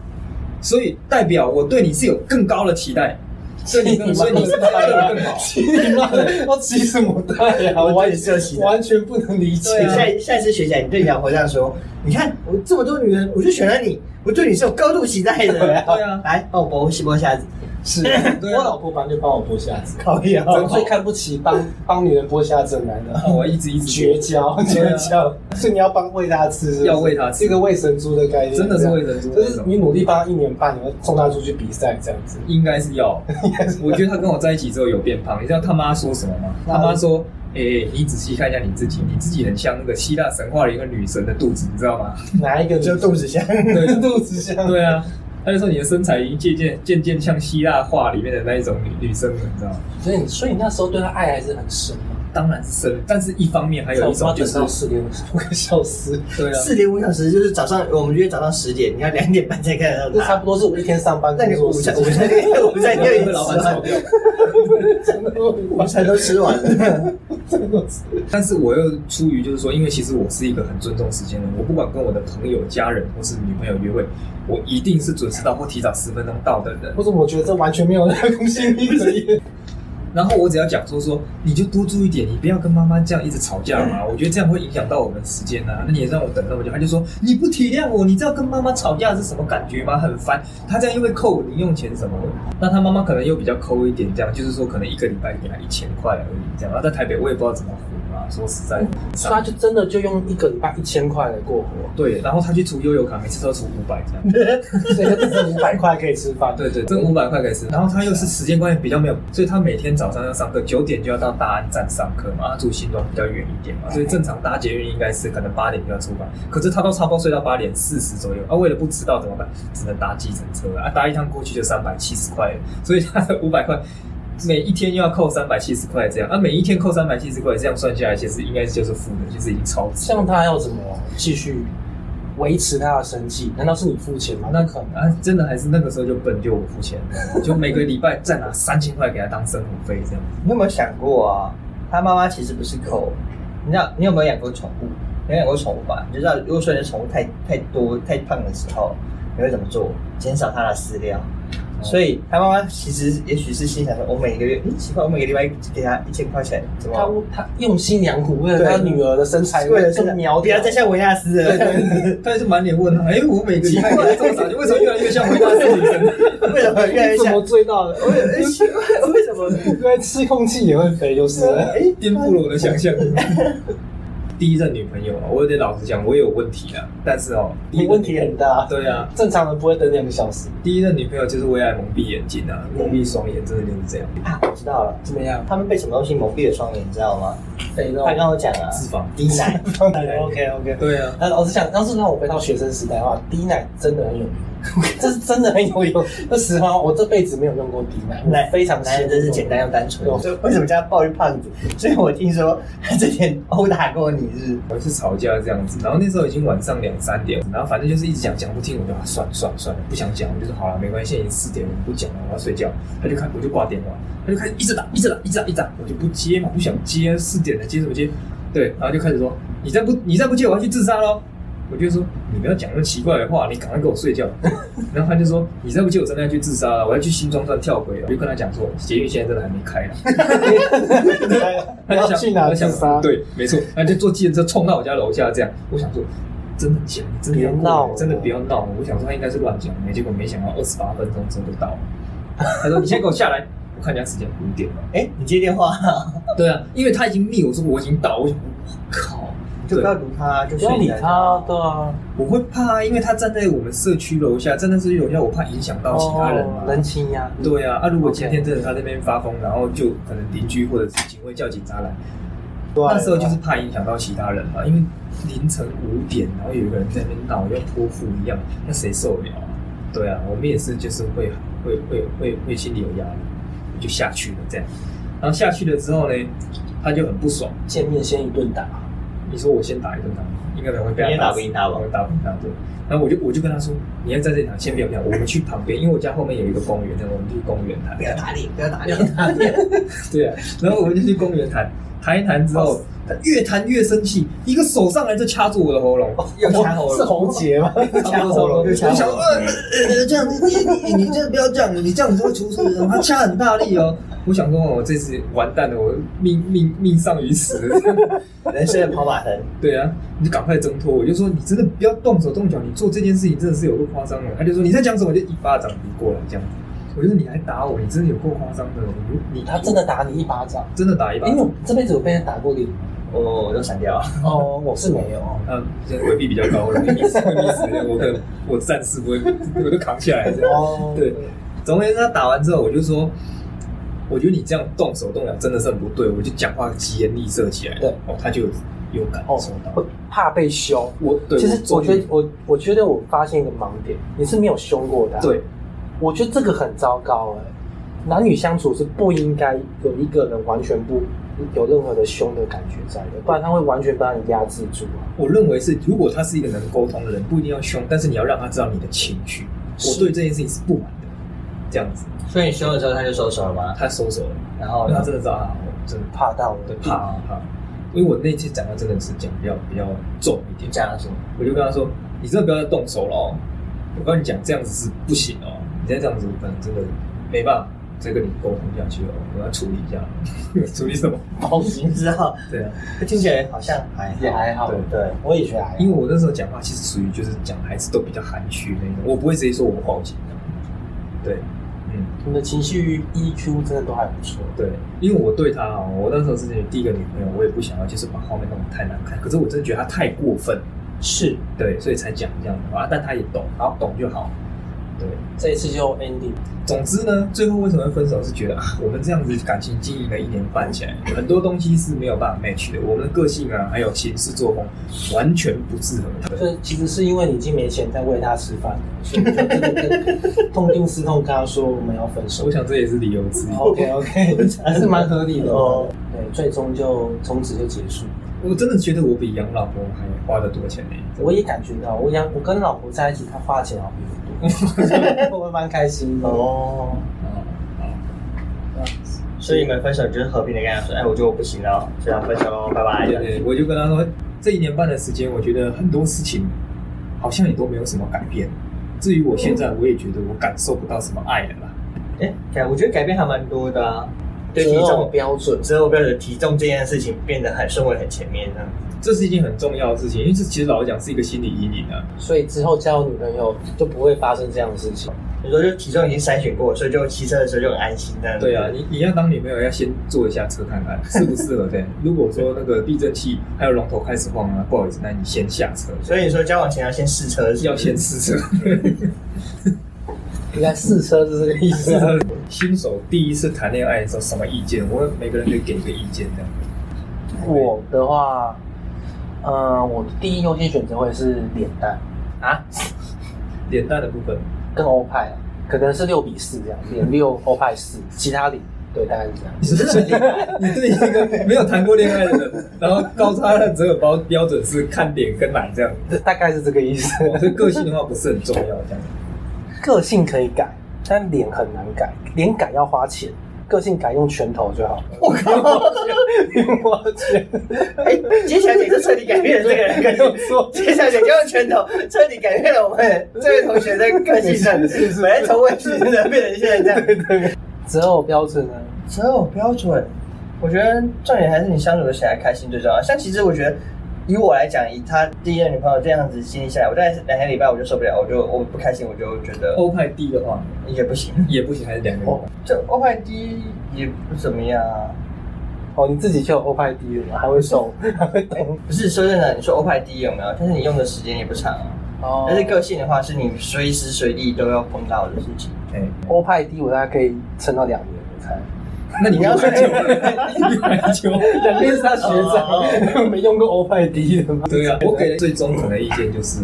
Speaker 3: 所以代表我对你是有更高的期待，所以 你更，所以你是发挥的更好。
Speaker 1: 你 妈的，要骑什么带呀？
Speaker 2: 我
Speaker 1: 啊我完
Speaker 2: 对你是有期待
Speaker 1: 完全不能理
Speaker 3: 对
Speaker 1: 解。
Speaker 3: 啊
Speaker 2: 下一下一次学姐，你对杨婆这样说，你看我这么多女人，我就选了你，我对你是有高度期待的。
Speaker 3: 对啊
Speaker 2: 来帮我剥剥剥虾子，
Speaker 1: 是，
Speaker 3: 对啊
Speaker 1: 我老婆反正就帮我剥虾子，
Speaker 2: 靠腰
Speaker 1: 我哦最看不起帮帮女人剥虾子的男的。
Speaker 3: 我一直一
Speaker 1: 绝
Speaker 3: 直
Speaker 1: 交，
Speaker 3: 对
Speaker 1: 绝
Speaker 3: 啊
Speaker 1: 交，所以你要帮喂它吃，是不是
Speaker 3: 要喂它吃
Speaker 1: 是一个喂神猪的概念，
Speaker 3: 真的是喂
Speaker 1: 这样
Speaker 3: 神猪
Speaker 1: 就是你努力帮它一年半，你要送它出去比赛这 样子。
Speaker 3: 应该是要。我觉得他跟我在一起之后有变胖。你知道他妈说什么吗？他妈说。诶、你仔细看一下你自己，你自己很像那个希腊神话里一个女神的肚子，你知道吗？
Speaker 1: 哪一个
Speaker 2: 就肚子香。
Speaker 3: 对，啊
Speaker 1: 肚子像？
Speaker 3: 对啊，他就说你的身材已经渐渐渐渐像希腊画里面的那一种女女生了，你知道吗？
Speaker 1: 所以你，所以你那时候对他爱还是很深嘛。
Speaker 3: 当然是生，但是一方面还有一种就是
Speaker 1: 等到四点五个小时，
Speaker 3: 对啊，
Speaker 2: 四点五小时就是早上，我们约早上十点，你要两点半才看 得到
Speaker 1: 这差
Speaker 2: 他。
Speaker 1: 不多是我一天上班
Speaker 2: 那
Speaker 1: 工
Speaker 2: 你
Speaker 1: 作
Speaker 2: 午
Speaker 1: 时
Speaker 2: 餐
Speaker 1: 间。
Speaker 2: 午 餐午餐就已
Speaker 3: 被
Speaker 2: 经
Speaker 3: 老板炒掉。
Speaker 2: 午餐都吃完了。
Speaker 3: 但是我又出于就是说，因为其实我是一个很尊重时间的人，我不管跟我的朋友、家人或是女朋友约会，我一定是准时到或提早十分钟到的人。
Speaker 1: 为什么我觉得这完全没有那个公信力可言？
Speaker 3: 然后我只要讲说说，你就多注意点，你不要跟妈妈这样一直吵架嘛。我觉得这样会影响到我们时间啊。那你也让我等那么久，他就说你不体谅我，你知道跟妈妈吵架是什么感觉吗？很烦。他这样又会扣我零用钱什么的。那他妈妈可能又比较抠一点，这样就是说啊可能一个礼拜给他一千块而已，这样。然后在台北我也不知道怎么活啊，说实在的。
Speaker 1: 所 以他就真的就用一个礼拜一千块来过活，
Speaker 3: 对，然后他去出悠游卡，每次都要出五百这样。
Speaker 1: 所以他只剩五百块可以吃饭。
Speaker 3: 对对，这五百块可以吃。然后他又是时间观念比较没有，所以他每天早上要上课，九点就要到大安站上课嘛，他啊住新庄比较远一点嘛，所以正常搭捷运应该是可能八点就要出发，可是他都差不多睡到八点四十左右，啊，为了不迟到怎么办？只能搭计程车啊，搭一趟过去就三百七十块了，所以他的 五百块。每一天又要扣三百七十块，这样啊，每一天扣三百七十块，这样算下来，其实应该就是负的，就是已经超支。
Speaker 1: 像他要怎么继续维持他的生计？难道是你付钱吗？
Speaker 3: 那可能啊，真的还是那个时候就笨，就我付钱，就每个礼拜再拿三千块给他当生活费这样。
Speaker 2: 你有没有想过啊？他妈妈其实不是抠，你知道你有没有养过宠物？你有养过宠物吧？你就知道，如果说你的宠物太太多太胖的时候，你会怎么做？减少它的饲料。所以他妈妈其实也许是心想说，我每个月，嗯，奇怪，我每个礼拜给他一千块钱，怎么
Speaker 1: 他他用心良苦，为了他
Speaker 2: 对
Speaker 1: 女儿的身材，
Speaker 2: 为了
Speaker 1: 这
Speaker 2: 这
Speaker 1: 么
Speaker 2: 个
Speaker 1: 苗
Speaker 2: 哎不
Speaker 1: 条
Speaker 2: 要，再像维纳斯了，
Speaker 3: 但 是满脸问号，哎、我每个礼拜给他多少钱？为什么越来越像回答是女生？
Speaker 2: 为什么越来越
Speaker 1: 怎
Speaker 2: 像
Speaker 1: 么？追到的？
Speaker 2: 我也哎奇怪，为什么？
Speaker 1: 原来吃空气也会肥，就是 了。
Speaker 2: 哎，
Speaker 3: 颠覆了我的想象。 第一任女朋友啊，我得老实讲，我也有问题啊。但是哦，第一
Speaker 1: 你
Speaker 3: 任
Speaker 1: 问题很大，
Speaker 3: 对啊，
Speaker 1: 正常人不会等两个小时。
Speaker 3: 第一任女朋友就是为爱蒙蔽眼睛啊，蒙蔽双眼，真的就是这样，
Speaker 2: 啊，我知道了，
Speaker 1: 怎么样？
Speaker 2: 他们被什么东西蒙蔽了双眼，你知道吗？
Speaker 1: 肥肉
Speaker 2: 他刚刚有讲啊，
Speaker 3: 脂肪。
Speaker 2: 低奶，
Speaker 1: OK OK。
Speaker 3: 对啊，
Speaker 1: 那老实讲，要是让我回到学生时代的话，滴奶真的很有用，这是真的很有用。那实话，我这辈子没有用过滴奶，
Speaker 2: 奶
Speaker 1: 我非常
Speaker 2: 男人真是简单又单纯
Speaker 1: 对。
Speaker 2: 为什么叫他抱 怨胖子？所以我听说他 之前殴打过你是
Speaker 3: 我是吵架这样子，然后那时候已经晚上两三点，然后反正就是一直讲讲不听，我就啊算了算了算了，不想讲，我就说好了，没关系，已经四点了，我不讲了，我要睡觉。他就看我就挂电话，他就开始一直打，一直打，一直打，一直打，我就不接嘛，不想接，四点了接什么接？对，然后就开始说你再不你再不接，我要去自杀喽。我就说你不要讲那么奇怪的话，你赶快给我睡觉。 然后他就说你再不接，我真的要去自杀了，我要去新庄站跳轨了。我就跟他讲说捷运现在真的还没开啊。
Speaker 1: 你
Speaker 3: 他
Speaker 1: 要
Speaker 3: 就想
Speaker 1: 去哪
Speaker 3: 他想
Speaker 1: 自杀？，
Speaker 3: 对，没错，他就坐计程车冲到我家楼下这样。我想说，真的假的？真的要
Speaker 1: 别闹了
Speaker 3: 真的不要闹了。我想说他应该是乱讲的，结果没想到二十八分钟之后就到了。他说：“你先给我下来。”我看一下时间，五 点了。
Speaker 2: 哎、你接电话
Speaker 3: 对啊，因为他已经密我说我已经到，我想我靠，
Speaker 2: 就不
Speaker 3: 对
Speaker 2: 要理他，就
Speaker 1: 不要
Speaker 2: 睡
Speaker 1: 理
Speaker 2: 着
Speaker 1: 他，对啊，
Speaker 3: 我会怕啊，因为他站在我们社区楼下，站在社区楼下，我怕影响到其他人啊嘛
Speaker 1: 哦。人情呀，
Speaker 3: 对啊，啊，如果今天真的他那边发疯，然后就可能邻居或者是警卫叫警察来，
Speaker 2: 啊
Speaker 3: 那时候就是怕影响到其他人嘛，因为凌晨五点，然后有一个人在那边闹，要泼妇一样，那谁受得了啊？对啊，我们也是就是会会会会会心里有压力，就下去了这样。然后下去了之后呢，他就很不爽，
Speaker 1: 见面先一顿打。
Speaker 3: 你说我先打一顿他，应应该可能会被
Speaker 2: 你
Speaker 3: 他
Speaker 2: 也打不赢他吧
Speaker 3: 我打不赢他，对。然后我就我就跟他说，你要在这里打，先不要不要，我们去旁边，因为我家后面有一个公园，那我们去公园谈
Speaker 2: 不。要打脸，不要打脸。
Speaker 3: 对啊，然后我们就去公园谈，谈一谈之后，他越谈越生气，一个手上来就掐住我的喉咙，
Speaker 2: 又掐喉
Speaker 4: 是
Speaker 2: 咙，
Speaker 4: 喉结吗？
Speaker 2: 掐喉 咙，又
Speaker 3: 我
Speaker 2: 掐
Speaker 3: 就想，
Speaker 2: 喉
Speaker 3: 呃
Speaker 2: 咙。
Speaker 3: 呃，呃这样子，你你你这不要这样，你这样子会出事的。他掐很大力哦，我想说，哦我这次完蛋了，我命命命丧于死了。
Speaker 2: 人生的跑马 灯，
Speaker 3: 对啊，你就赶快挣脱。我就说你真的不要动手动脚，你做这件事情真的是有够夸张的。他就说你在讲什么，我就一巴掌踢过来这样子。我就说你还打我，你真的有够夸张的。你你
Speaker 1: 他真的打你一巴掌，
Speaker 3: 真的打一巴
Speaker 1: 因为
Speaker 3: 掌
Speaker 1: 我，这辈子我被人打过脸，
Speaker 2: 我我都闪掉了。
Speaker 1: 哦，我是没有，
Speaker 3: 嗯，这回避比较高，我容易迷死，会迷死的。我可能我暂时不会，我都扛起来了。
Speaker 1: 哦，
Speaker 3: 对，总而言之，他打完之后，我就说，我觉得你这样动手动脚真的是很不对，我就讲话疾言厉色起来。
Speaker 1: 对，
Speaker 3: 哦，他就有感
Speaker 1: 哦
Speaker 3: 受到。
Speaker 1: 会怕被凶。
Speaker 3: 我对，
Speaker 1: 其实我
Speaker 3: 终
Speaker 1: 觉
Speaker 3: 于
Speaker 1: 得我我觉得我发现一个盲点，你是没有凶过的、，啊
Speaker 3: 对，
Speaker 1: 我觉得这个很糟糕哎、男女相处是不应该有一个人完全不有任何的凶的感觉在的，不然他会完全把你压制住啊。
Speaker 3: 我认为是，如果他是一个能沟通的人，不一定要凶，但是你要让他知道你的情绪。我
Speaker 1: 是
Speaker 3: 对这件事情是不满的，这样子，
Speaker 2: 所以你凶了之后，他就收手了吗？
Speaker 3: 他收手了，
Speaker 2: 然后
Speaker 3: 他
Speaker 2: 呢？
Speaker 3: 真的知道啊，我真的
Speaker 1: 怕到
Speaker 3: 对
Speaker 1: 了，
Speaker 3: 怕怕，因为我那次讲话真的是讲比较比较重一点
Speaker 2: 你，这样 说，
Speaker 3: 我就跟他说：“你真的不要再动手了哦！我跟你讲，这样子是不行哦！你再这样子，我可能真的没办法再跟你沟通下去了。哦我要处理一下， 处理什么？
Speaker 2: 我已经知道，
Speaker 3: 对啊，
Speaker 2: 听起来好像还
Speaker 1: 也还好
Speaker 3: 对，
Speaker 2: 对，
Speaker 1: 我也觉得还好
Speaker 3: 因为我那时候讲话其实属于就是讲还是都比较含蓄那种，我不会直接说我报警的。对，嗯，
Speaker 1: 你的情绪 EQ 真的都还不错。
Speaker 3: 对，因为我对她啊，我那时候是第一个女朋友，我也不想要就是把画面弄得太难看，可是我真的觉得她太过分了，
Speaker 1: 是，
Speaker 3: 对，所以才讲这样的话，但她也懂，然后懂就好，对。”
Speaker 1: 这一次就 ending。
Speaker 3: 总之呢，最后为什么会分手是觉得啊，我们这样子感情经营了一年半起来，很多东西是没有办法 match 的，我们的个性啊，还有行事作风完全不适合他
Speaker 1: 这其实是因为你已经没钱再喂他吃饭了，所以你就真的跟痛定思痛跟他说我们要分手
Speaker 3: 我。想这也是理由之一。
Speaker 1: OK OK，还是蛮合理的哦
Speaker 2: 哦。
Speaker 1: 对，最终就从此就结束。
Speaker 3: 我真的觉得我比养老婆还花的多钱呢、
Speaker 1: 我也感觉到，我养我跟老婆在一起，她花钱好比我多， 我蛮开心的。
Speaker 2: 哦，
Speaker 3: 啊好
Speaker 2: 所以你们分手就是和平的跟他说，哎，我觉得我不行了，就要分手喽，拜拜。
Speaker 3: 对对，我就跟他说，这一年半的时间，我觉得很多事情好像也都没有什么改变。至于我现在，我也觉得我感受不到什么爱了啦。
Speaker 2: 哎，改，我觉得改变还蛮多的啊。对体
Speaker 1: 择偶
Speaker 2: 重，
Speaker 1: 标准，
Speaker 2: 择偶标准体重这件事情变得很顺位很前面呢。
Speaker 3: 这是一件很重要的事情，因为这其实老实讲是一个心理阴影啊。
Speaker 1: 所以之后交女朋友就不会发生这样的事情。
Speaker 2: 你说就体重已经筛选过，所以就骑车的时候就很安心这样子。
Speaker 3: 对啊，你你要当女朋友要先坐一下车看 看适不适合对。如果说那个避震器还有龙头开始晃啊，不好意思，那你先下车，
Speaker 2: 所以你说交往前要先试车，
Speaker 3: 要先试 车。
Speaker 1: 应该试车是这个意思。
Speaker 3: 新手第一次谈恋爱的时候什么意见？我每个人可以给一个意见这样。
Speaker 1: 我的话，呃，我的第一优先选择会是脸蛋
Speaker 2: 啊？
Speaker 3: 脸蛋的部分，
Speaker 1: 跟欧派，啊可能是六比四这样，脸六欧派 四，其他零对，大概是这样。
Speaker 3: 你是真的，你对一个没有谈过恋爱的 人，然后高差的择偶标标准是看脸跟奶这样，哦
Speaker 1: 这大概是这个意思。
Speaker 3: 所以个性的话不是很重要这样。
Speaker 1: 个性可以改，但脸很难改，脸改要花钱，个性改用拳头就好了。我 靠，花钱
Speaker 2: 哎，接小姐就彻底改变了这个人个性。
Speaker 1: 说
Speaker 2: 接小姐就用拳头彻底改变了我 们这位同学的个性上，本来从委屈的变成现在这样。
Speaker 1: 择偶标准呢？
Speaker 2: 择偶标准，我觉得重点还是你相处的起来开心最重要。像其实我觉得，以我来讲，以他第一任女朋友这样子经历下来，我大概两天礼拜我就受不了，我就我不开心，我就觉得
Speaker 3: 欧派 D 的话
Speaker 2: 也不行。
Speaker 3: 也不行，还是两个人。
Speaker 2: 这欧派低也不怎么样啊。
Speaker 1: 哦，你自己就有欧派低了嘛，还会瘦，还会懂
Speaker 2: 不是说真的，你说欧派低有没有？但是你用的时间也不长啊。
Speaker 1: 哦
Speaker 2: 但是个性的话，是你随时随地都要碰到的事情。
Speaker 3: 哎，
Speaker 1: 欧派低，我大概可以撑到两年，我猜。
Speaker 3: 那你要很久，你很久。
Speaker 1: 两年是他学
Speaker 2: 哦
Speaker 1: 长， 没用过欧派低的吗？
Speaker 3: 对啊，我给的最中肯的意见就是，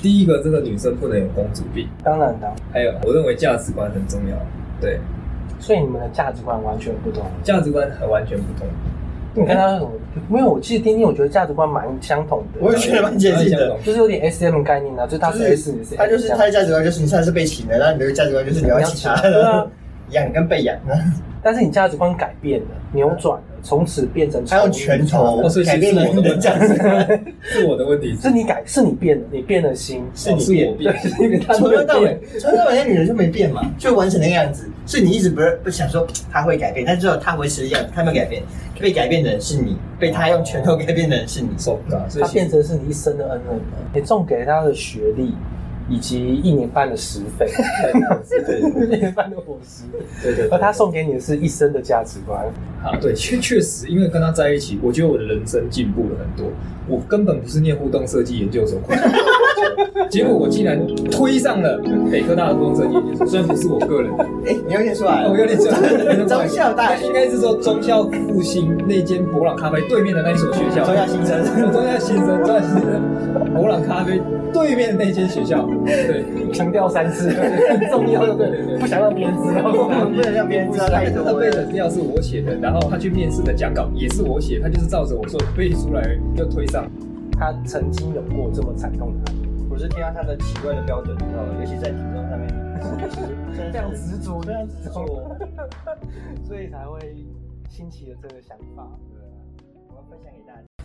Speaker 3: 第一个，这个女生不能有公主病，
Speaker 1: 当然当然，
Speaker 3: 还有我认为价值观很重要，对，
Speaker 1: 所以你们的价值观完全不同。
Speaker 3: 价值观很完全不同。
Speaker 1: 你跟他那种，没有，我其实听听，我觉得价值观蛮相同
Speaker 2: 我
Speaker 1: 的
Speaker 2: 也，觉得蛮接近的。
Speaker 1: 就是有点 S M 概念啊，就是他是 S，你是 S，
Speaker 2: 他就是他的价值观就是你现在是被请的，那你的价值观就是你要请他
Speaker 1: 对啊
Speaker 2: 的，养跟被养啊 的，
Speaker 1: 但是你价值观改变了，扭转了，从此变成
Speaker 2: 他用拳头
Speaker 3: 哦所以其实
Speaker 2: 改变了你的价值观。
Speaker 3: 是我的问题，
Speaker 1: 是你改，是你变了，你变了心，
Speaker 3: 是你变
Speaker 1: 对，是你变，他
Speaker 2: 从
Speaker 1: 没
Speaker 2: 头
Speaker 1: 有
Speaker 2: 到尾
Speaker 1: 变，，
Speaker 2: 从头到尾那女人就没变嘛，就完成那个样子。是你一直不是不想说她会改变，但只有她维持的样子，她没有改变。被改变的人是你，被她用拳头改变的人是你。
Speaker 3: 受不啊了，所 以
Speaker 1: 他
Speaker 3: 其
Speaker 1: 变
Speaker 3: 实
Speaker 1: 成是你一生的恩人了，你送给他的学历。以及一年半的食费，
Speaker 3: 对
Speaker 1: 一年半的伙食，
Speaker 3: 对对，
Speaker 1: 而他送给你的是一生的价值观。
Speaker 3: 啊，对，确确实，因为跟他在一起，我觉得我的人生进步了很多。我根本不是念互动设计研究所，结果我竟然推上了北科大的互动设计研究所，虽然不是我个人的，
Speaker 2: 哎、你有点出来
Speaker 3: 哦我
Speaker 2: 了，
Speaker 3: 有点像
Speaker 2: 中校大学
Speaker 3: 应该是说中校复兴那间博朗咖啡对面的那一所学校，
Speaker 2: 中校新生
Speaker 3: 哦中校新生，中校新生，博朗咖啡对面的那间学校，对，
Speaker 1: 强调三次，很重要，对
Speaker 3: 对
Speaker 1: 不
Speaker 3: 对
Speaker 1: 对？不想让别人知道。
Speaker 2: 我们不能让别人知道太
Speaker 3: 他
Speaker 2: 多
Speaker 3: 背的
Speaker 2: 了。
Speaker 3: 资料是我写的，然后他去面试的讲稿也是我写，他就是照着我说背出来就推上。
Speaker 1: 他曾经有过这么惨痛的案例，
Speaker 2: 我是听到他的奇怪的标准之后，尤其在体重上面，真
Speaker 1: 非
Speaker 2: 的
Speaker 1: 常
Speaker 2: 是
Speaker 1: 执着，非常执
Speaker 2: 执
Speaker 1: 着，
Speaker 2: 着。
Speaker 1: 所以才会兴起了这个想法，对啊啊
Speaker 2: 我要分享给大家。